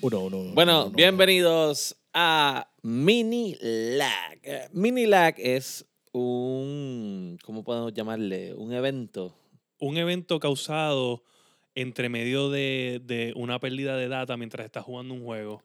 Uno, uno, uno, Bueno, uno, bienvenidos a Mini Lag. Eh, Mini Lag es un, ¿cómo podemos llamarle? Un evento. Un evento causado entre medio de, de una pérdida de data mientras estás jugando un juego.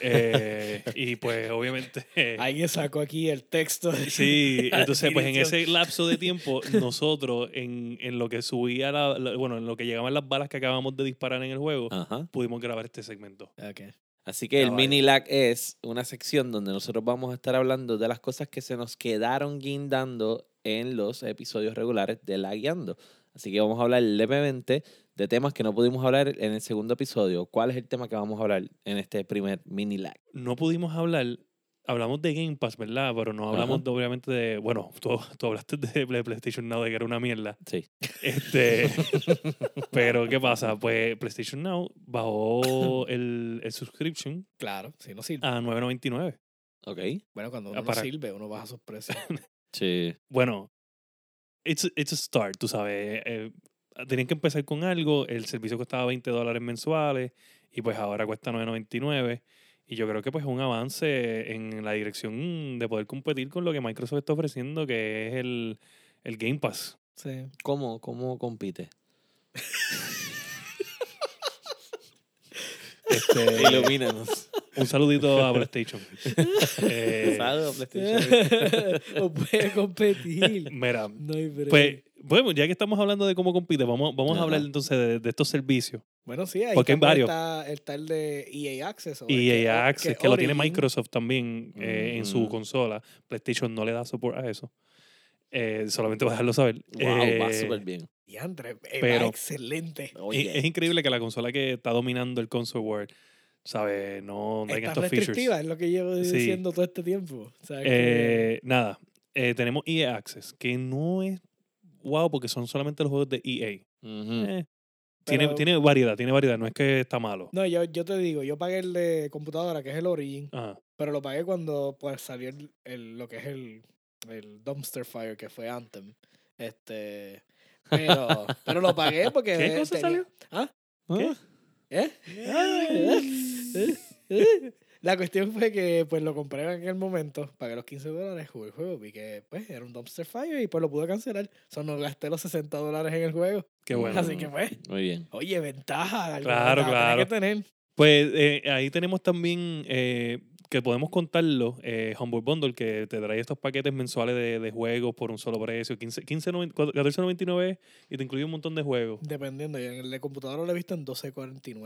Eh, y pues obviamente... Alguien sacó aquí el texto. Sí, entonces pues en Dirección. ese lapso de tiempo nosotros en, en lo que subía, la, la- bueno, en lo que llegaban las balas que acabamos de disparar en el juego, Ajá. pudimos grabar este segmento. Ok. Así que el Caballo. Mini Lag es una sección donde nosotros vamos a estar hablando de las cosas que se nos quedaron guindando en los episodios regulares de Lagueando. Así que vamos a hablar levemente de temas que no pudimos hablar en el segundo episodio. ¿Cuál es el tema que vamos a hablar en este primer Mini Lag? no pudimos hablar, hablamos de Game Pass, ¿verdad? Pero no hablamos Ajá. de, obviamente de, bueno, tú, tú hablaste de Play- PlayStation Now, de que era una mierda. Sí. Este, pero ¿qué pasa? Pues PlayStation Now bajó el, el subscription Claro, si no sirve. a 9.99. ¿Ok? Bueno, cuando Ah, uno no para. sirve, uno baja sus precios. Sí. Bueno, it's, it's a start, tú sabes. Eh, tenían que empezar con algo, el servicio costaba 20 dólares mensuales y pues ahora cuesta 9.99. Y yo creo que pues es un avance en la dirección de poder competir con lo que Microsoft está ofreciendo, que es el, el Game Pass. sí. ¿Cómo, cómo compite? Este, Ilumínanos. un saludito a PlayStation. Eh, Saludos, PlayStation. o puede competir. mira, No hay break. pues bueno, ya que estamos hablando de cómo compite, vamos, vamos a hablar Ajá. entonces de- de estos servicios. bueno, sí, ahí porque hay también varios. Está, está el de EA Access. o el Y que- o- EA Access, que lo tiene Origin- Mm. Microsoft también eh, en su Ujú. consola. PlayStation no le da soporte a eso. Eh, solamente para dejarlo saber. wow, va Eh, súper bien. Y André, Pero- excelente. y- Oye. Es increíble que la consola que está dominando el console world, ¿sabes? No tenga Está estos features. restrictiva, es lo que llevo Sí. diciendo todo este tiempo. O sea, que- Eh, nada, eh, tenemos EA Access, que no es wow porque son solamente los juegos de EA. Ujú. Eh, tiene, Pero- tiene variedad, tiene variedad, no es que está malo. No, yo, yo te digo, yo pagué el de computadora, que es el Origin, Ajá. pero lo pagué cuando pues, salió el, el- lo que es el, el Dumpster Fire, que fue Anthem. Este, pero, pero lo pagué porque... ¿Qué cosa tenía- salió? ¿Qué? ¿Eh? ¿Eh? ¿Eh? La cuestión fue que pues lo compré en aquel momento, pagué los 15 dólares, jugué el juego, vi que pues era un dumpster fire y pues lo pude cancelar. O sea, no gasté los 60 dólares en el juego. Qué bueno. Así que pues, Muy bien. oye, ventaja. alguna Claro, ventaja tenía que tener. Pues eh, ahí tenemos también eh, que podemos contarlo, eh, Humble Bundle, que te trae estos paquetes mensuales de, de juegos por un solo precio, 15, 15.90 14.99 y te incluye un montón de juegos. Dependiendo, yo en el de computadora lo he visto en 12.49.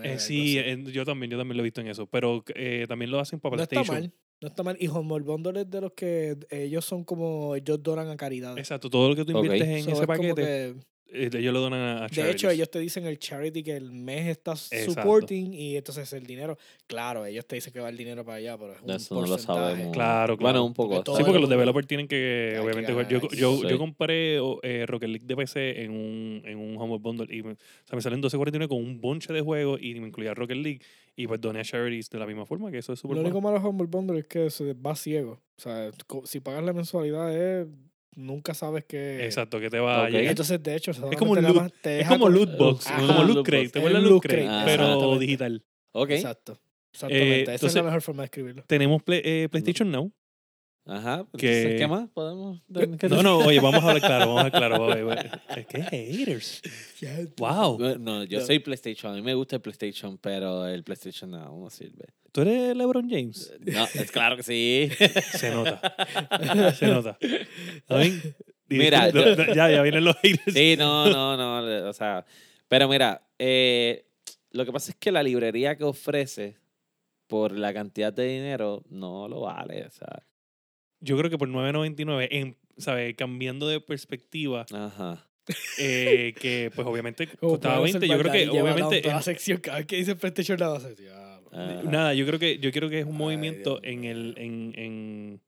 Eh, algo así. sí, eh, yo también, yo también lo he visto en eso, pero eh, también lo hacen para no está PlayStation. mal. No está mal. Y Humble Bundle es de los que eh, ellos son como, ellos donan a caridad. Exacto, todo lo que tú Ok. inviertes en So, es ese como paquete, que- eh, ellos lo donan a, a De hecho, charities. ellos te dicen el charity que el mes estás Exacto. supporting y entonces el dinero. Claro, ellos te dicen que va el dinero para allá, pero es un Eso no lo porcentaje. sabemos. Claro, Bueno, claro. un poco. Porque todo Sí, porque los lo- developers tienen que, que obviamente, pues, ganar, yo, hay- yo, Sí. yo compré o, eh, Rocket League de PC en un, en un Humble Bundle y me, o sea, me salen 12.49 con un bonche de juegos y me incluía Rocket League y pues doné a charities de la misma forma, que eso es súper Lo único bueno. malo de Humble Bundle es que se va ciego. O sea, co- si pagas la mensualidad, eh, nunca sabes qué. Exacto, que te va Ok. a Y llegar. Entonces, de hecho, solamente como un nada loot. más te Es deja como con- loot box, Ajá, es como loot loot crate, box. te Es vuelve un loot loot crate, crate, pero exactamente. digital. Ok. Exactamente. Exactamente. Esa es entonces- la mejor forma de escribirlo. Tenemos Play- eh, PlayStation Now. Ajá. Que- entonces, ¿Qué más podemos? No, no, oye, vamos a hablar claro, vamos a hablar claro. oye, oye. Es que haters. Wow. Eh, No, yo No. soy PlayStation. A mí me gusta el PlayStation, pero el PlayStation no, no sirve. ¿Tú eres LeBron James? No, es claro que sí. Se nota. Se nota. ¿Saben? Y Mira, disculpa, yo- ya, ya vienen los haters. Sí, no, no, no. le- O sea, pero mira, eh, lo que pasa es que la librería que ofrece por la cantidad de dinero no lo vale. O sea, Yo creo que por 9.99, en, ¿sabe? cambiando de perspectiva, ajá. eh, que pues obviamente Como costaba podemos 20, yo creo que llevar down obviamente... toda la es- sección, cada vez que dice PlayStation Now, hace, diablo. Ah. nada, yo creo que yo creo que es un Ay, movimiento Dios en mío. el en, en,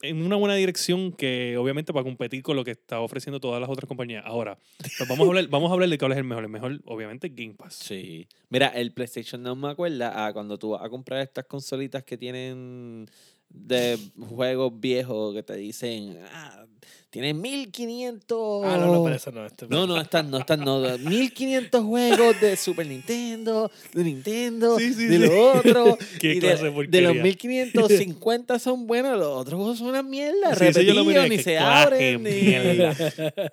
en una buena dirección que obviamente para competir con lo que está ofreciendo todas las otras compañías. Ahora, pues, vamos a hablar vamos a hablar de cuál es el mejor, el mejor obviamente es Game Pass. Sí. Mira, el PlayStation no me acuerda a cuando tú vas a comprar estas consolitas que tienen de juegos viejos que te dicen, ah, tienes 1500. Ah, no, no, pero eso no. Este, No, no, están, no, están, no. 1500 juegos de Super Nintendo, de Nintendo, Sí, sí, de sí. lo otro. Qué y clase de, de de los porquería. 1550 son buenos, los otros juegos son una mierda. Sí, eso yo lo miré, repetidos, ni qué se clase abren. de ni- mierda.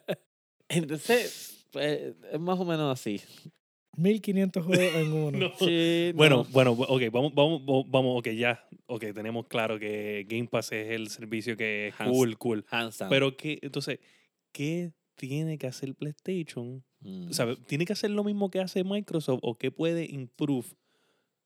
Entonces, pues, es más o menos así. 1500 juegos en uno. No. Sí, no. Bueno, bueno, bu- ok, vamos, vamos, vo- vamos, ok, ya. Ok, tenemos claro que Game Pass es el servicio que es Hands- cool, cool. Hands down. Pero que, entonces, ¿qué tiene que hacer PlayStation? Mm. O sea, ¿tiene que hacer lo mismo que hace Microsoft o qué puede improve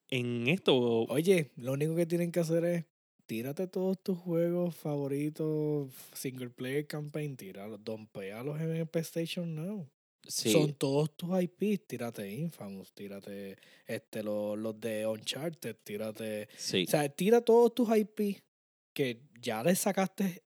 en esto? O- Oye, lo único que tienen que hacer es tírate todos tus juegos favoritos, single player campaign, tíralos, dompealos en el PlayStation Now. Sí. Son todos tus IPs, tírate Infamous, tírate este, los, los de Uncharted, tírate... Sí. O sea, tira todos tus IPs que ya le sacaste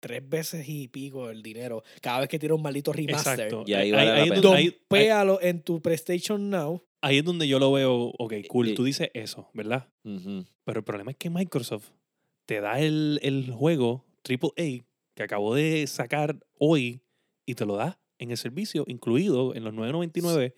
tres veces y pico el dinero cada vez que tira un maldito remaster. Exacto. Y ahí Ahí- vale la ahí es pena. donde- ahí- ahí- Dompealo en tu PlayStation Now. ahí es donde yo lo veo, ok, eh. cool, tú dices eso, ¿verdad? Ujú. Pero el problema es que Microsoft te da el, el juego AAA que acabó de sacar hoy y te lo da en el servicio, incluido en los 9.99.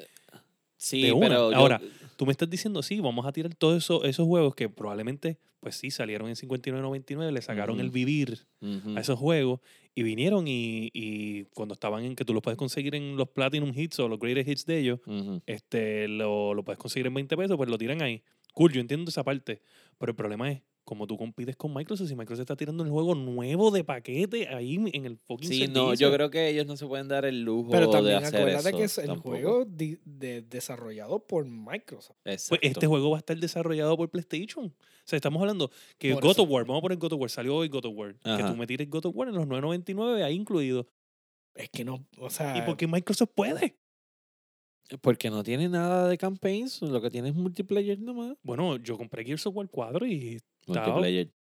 Sí, de una. pero yo- Ahora, Tú me estás diciendo, sí, vamos a tirar todos esos, esos juegos que probablemente, pues sí, salieron en 59.99, le sacaron el Ujú. vivir Ujú. a esos juegos y vinieron y, y cuando estaban en que tú los puedes conseguir en los Platinum Hits o los Greatest Hits de ellos, Ujú. este, lo, lo puedes conseguir en 20 pesos, pues lo tiran ahí. Cool, yo entiendo esa parte. Pero el problema es, como tú compites con Microsoft, si Microsoft está tirando el juego nuevo de paquete ahí en el fucking Sí, no, servicio. yo creo que ellos no se pueden dar el lujo Pero de también hacer acuérdate eso. que es el tampoco. juego di- de- desarrollado por Microsoft. Pues este Exacto. juego va a estar desarrollado por PlayStation. O sea, estamos hablando que Por God eso. of War, vamos a poner God of War, salió hoy God of War. Que Ajá. tú me tires God of War en los 9.99 ahí incluido. Es que no, o sea, ¿Y por qué Microsoft puede? Porque no tiene nada de campaigns, lo que tiene es multiplayer nomás. Bueno, yo compré Gears of War 4 y Multiplayer.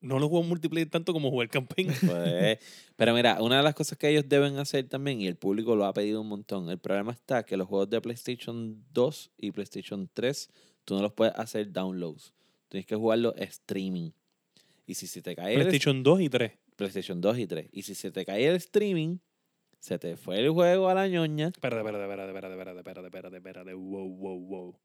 no lo juego en multiplayer tanto como jugué el campaign. pues. Pero mira, una de las cosas que ellos deben hacer también, y el público lo ha pedido un montón, el problema está que los juegos de PlayStation 2 y PlayStation 3, tú no los puedes hacer downloads. Tienes que jugarlos streaming. Y si se te cae el PlayStation 2 y 3. PlayStation 2 y 3, y si se te cae el streaming, se te fue el juego a la ñoña. Espérate, espérate, espérate, espérate, espérate, espérate, espérate, espérate. Wow, wow, wow. O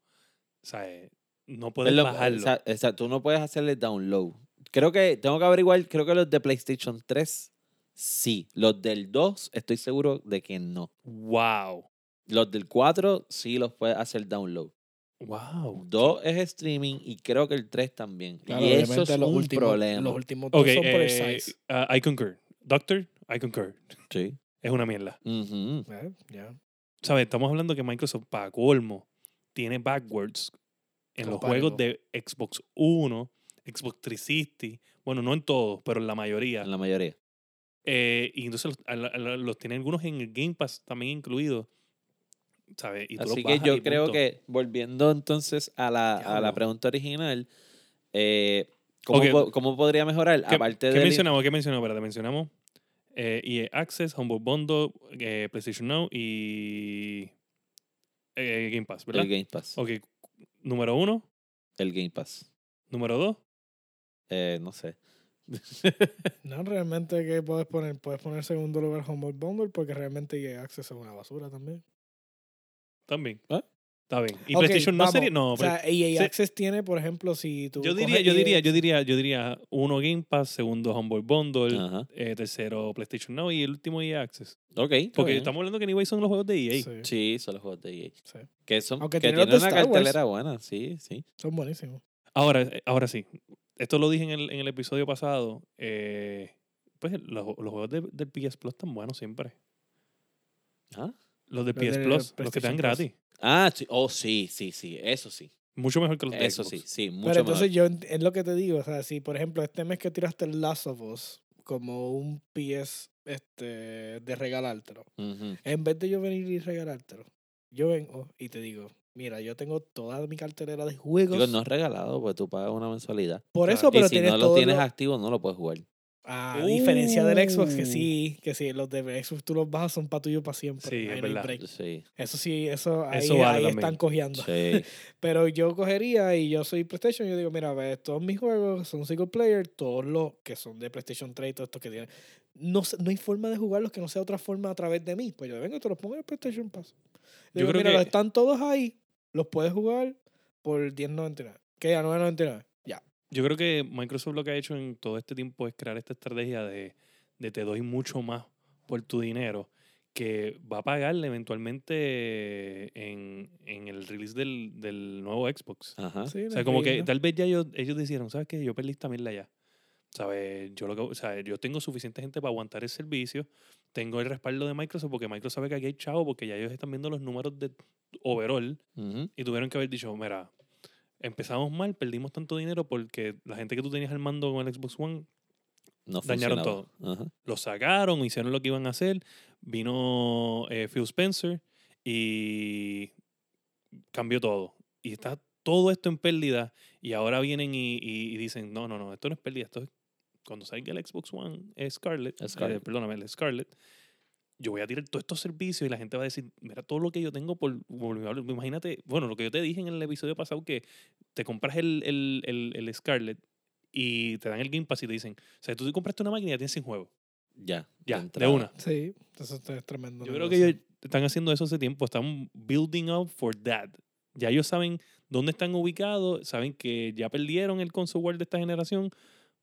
sea, eh, no puedes Es lo- bajarlo. o sea- o sea, tú no puedes hacerle download. Creo que tengo que averiguar, creo que los de PlayStation 3 sí, los del 2 estoy seguro de que no. wow. Los del 4 sí los puedes hacer download. Wow. 2 es streaming y creo que el 3 también. claro, y eso es obviamente un los últimos, problema. Los últimos dos Ok, son por el eh, size. ah, I concur. Doctor, I concur. Sí. Es una mierda. Ujú. Eh, ya. ¿sabes? Estamos hablando que Microsoft, para colmo, tiene backwards en los juegos de Xbox One, Xbox 360, bueno, no en todos, pero en la mayoría. En la mayoría. Eh, y entonces los, a la- a la- los tiene algunos en el Game Pass también incluidos, ¿sabes? Y tú los Así que bajas yo y creo punto. que, volviendo entonces a la, a la Diablo. pregunta original, eh, ¿cómo, Ok. po- cómo podría mejorar? ¿Qué, Aparte qué del- mencionamos? ¿Qué mencionamos? Espérate, mencionamos eh, EA Access, Humble Bundle, eh, PlayStation Now y eh, Game Pass, ¿verdad? el Game Pass. Ok, número uno, El Game Pass. número dos. Eh, no sé. No, realmente, ¿qué puedes poner? Puedes poner segundo lugar Humble Bundle porque realmente EA Access es una basura también. También. ¿Ah? Está bien. ¿Y Ok, PlayStation no vamos. sería? No, O sea, EA se- Access tiene, por ejemplo, si tú. yo diría, coges yo EA diría, yo diría, yo diría uno Game Pass, segundo Humble Bundle, Ajá. eh, tercero PlayStation Now y el último EA Access. Ok. está Porque bien. estamos hablando que anyway son los juegos de E EA. Sí, Sí, son los juegos de EA. sí. Que, son, Aunque que tiene los tienen de una Star Wars. cartelera buena, sí, sí. Son buenísimos. Ahora, eh, ahora sí. Esto lo dije en el, en el episodio pasado. eh, pues los, los juegos de- del PS Plus están buenos siempre. Ajá. Los del Los PS del Plus, los que te PlayStation dan gratis. Ah, sí. Oh, sí, sí, sí. Eso sí. Mucho mejor que los de Eso sí, Xbox. sí. Mucho Pero entonces mejor. yo ent- es lo que te digo, o sea, si por ejemplo este mes que tiraste el Last of Us como un PS este, de regalártelo, Ujú. en vez de yo venir y regalártelo, yo vengo y te digo, mira, yo tengo toda mi cartelera de juegos. Digo, no es regalado, pues tú pagas una mensualidad. por claro. eso, pero y si tienes no lo todo tienes lo- activo, no lo puedes jugar. A diferencia del Xbox, que Uh. sí, que sí, los de Xbox tú los bajas, son para tuyo para siempre. Sí, Ahí es no hay verdad. break. Sí, Eso sí, eso ahí, Eso vale ahí también. están cojeando. sí. Pero yo cogería y yo soy PlayStation, yo digo, mira, ve, todos mis juegos son single player, todos los que son de PlayStation 3 y todos estos que tienen. No, sé- no hay forma de jugarlos que no sea otra forma a través de mí. Pues yo vengo, te los pongo en el PlayStation Pass. Yo Digo, creo mira, que- los están todos ahí, los puedes jugar por 10.99. ¿Qué? A 9.99. Ya. Yo creo que Microsoft lo que ha hecho en todo este tiempo es crear esta estrategia de, de te doy mucho más por tu dinero que va a pagarle eventualmente en, en el release del, del nuevo Xbox. Ajá. Sí, Ah, O no sea, es como fake, que ¿no? tal vez ya ellos, ellos decidieron, ¿sabes qué? Yo perdí esta mierda ya. ¿Sabes? Yo, lo que, o sea, yo tengo suficiente gente para aguantar el servicio. Tengo el respaldo de Microsoft porque Microsoft sabe que aquí hay chavo porque ya ellos están viendo los números de overall Ujú. y tuvieron que haber dicho, mira, empezamos mal, perdimos tanto dinero porque la gente que tú tenías al mando con el Xbox One No Dañaron funcionaba. Ajá. lo sacaron, hicieron lo que iban a hacer. Vino eh, Phil Spencer y cambió todo. Y está todo esto en pérdida. Y ahora vienen y, y- y dicen, no, no, no, esto no es pérdida. Esto es cuando salga el Xbox One eh, Scarlett, eh, Scarlett. perdóname, el Scarlett, yo voy a tirar todos estos servicios y la gente va a decir, mira, todo lo que yo tengo por, por mi valor". imagínate, bueno, lo que yo te dije en el episodio pasado, que te compras el, el, el, el Scarlett y te dan el Game Pass y te dicen, o sea, tú te compraste una máquina y ya tienes 100 juegos. Ya. Ya, de entrada. una. Sí, eso es tremendo. Yo creo que negocio. ellos están haciendo eso hace tiempo. Están building up for that. Ya ellos saben dónde están ubicados, saben que ya perdieron el console war de esta generación,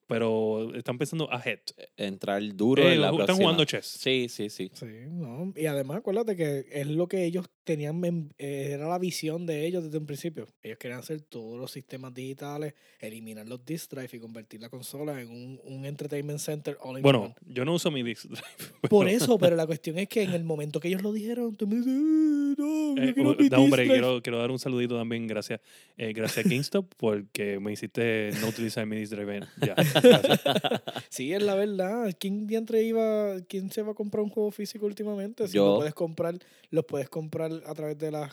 pero están pensando ahead. Entrar duro en Eh, la están próxima. jugando chess. Sí, sí, sí. Sí, no. Y además, acuérdate que es lo que ellos tenían, en- eh, era la visión de ellos desde un principio. Ellos querían hacer todos los sistemas digitales, eliminar los disk drive y convertir la consola en un, un entertainment center all in Bueno, one. yo no uso mi disc Eh, drive. Por eso, pero la cuestión es que en el momento que ellos lo dijeron, tú me dices, "Eh, no, yo Eh, quiero mi da, hombre, disk drive". quiero, quiero dar un saludito también, gracias, eh, gracias a GameStop porque me hiciste no utilizar mi disc drive. Ya, gracias. Sí, es la verdad. ¿Quién diantre iba, quién se va a comprar un juego físico últimamente? Si Yo. lo puedes comprar, los puedes comprar a través de las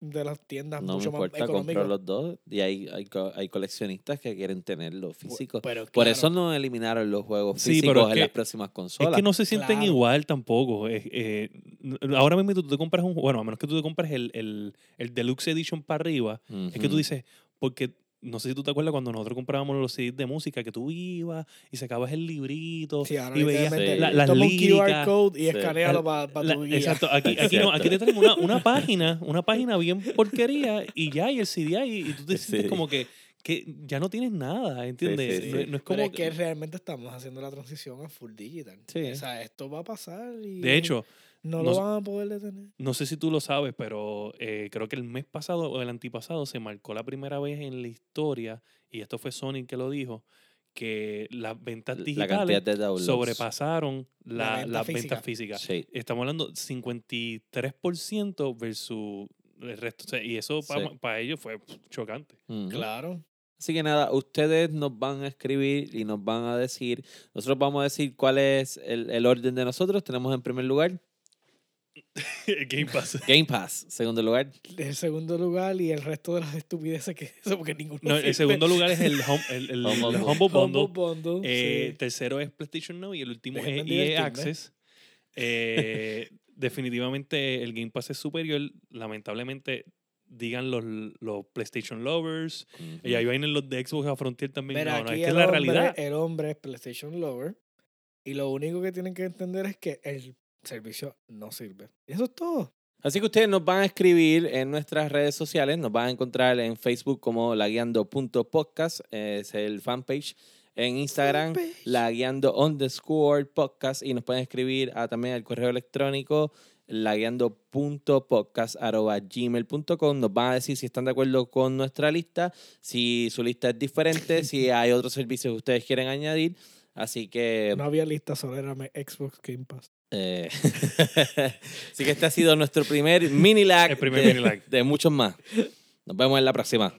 de las tiendas No me mucho más importa, compro económicas. los dos. Y hay, hay, co- hay coleccionistas que quieren tenerlo físico. Pero Por pues, claro. eso no eliminaron los juegos Sí, físicos pero es en que- las próximas Es consolas. que no se sienten Claro. igual tampoco. Eh, eh, n- ahora mismo tú te compras un bueno, a menos que tú te compres el, el, el Deluxe Edition para arriba, es que tú Ujú. dices, porque no sé si tú te acuerdas cuando nosotros comprábamos los CDs de música, que tú ibas y sacabas el librito. Sí, ahora y veías literalmente la- las toma un QR líricas. code y Sí. escanealo La- para La- tu guía. exacto, aquí, aquí, no, aquí te traen una, una página, una página bien porquería y ya, y el CD ahí, y tú te sientes Sí. como que, que ya no tienes nada, ¿entiendes? sí, No, sí. no es Pero como es que realmente estamos haciendo la transición a full digital. Sí. O sea, esto va a pasar y De hecho, no nos- lo van a poder detener. No sé si tú lo sabes, pero eh, creo que el mes pasado o el antipasado se marcó la primera vez en la historia, y esto fue Sony que lo dijo, que las ventas la cantidad digitales de downloads. sobrepasaron la, La venta las física. ventas físicas. Sí. Estamos hablando 53% versus el resto. O sea, y eso para Sí. ellos fue pff, chocante. Ujú. Claro. Así que nada, ustedes nos van a escribir y nos van a decir, nosotros vamos a decir cuál es el, el orden de nosotros. Tenemos en primer lugar El Game Pass. Game Pass, segundo lugar El segundo lugar y el resto de las estupideces que eso, porque ninguno. No, el sirve. segundo lugar es el, hum- el, el- Humble Bundle. el Humble Bundle. Humble Bundle, Eh, sí. Tercero es PlayStation Now y el último Déjenme es EA divertirme. Access. Eh, definitivamente el Game Pass es superior. Lamentablemente, digan los, los PlayStation Lovers. Y ahí vienen los de Xbox a Frontier también. Mira, no, no, aquí es que el es la hombre- realidad. El hombre es PlayStation Lover y lo único que tienen que entender es que el servicio no sirve. Y eso es todo. Así que ustedes nos van a escribir en nuestras redes sociales, nos van a encontrar en Facebook como laguiando.podcast, eh, es el fanpage, en Instagram Fanpage. laguiando underscore podcast y nos pueden escribir a, también al correo electrónico laguiando.podcast.gmail.com Nos van a decir si están de acuerdo con nuestra lista, si su lista es diferente, si hay otros servicios que ustedes quieren añadir. Así que No había lista, solo era me- Xbox Game Pass. eh, así que este ha sido nuestro primer mini lag. El primer de, mini lag. De muchos más. Nos vemos en la próxima.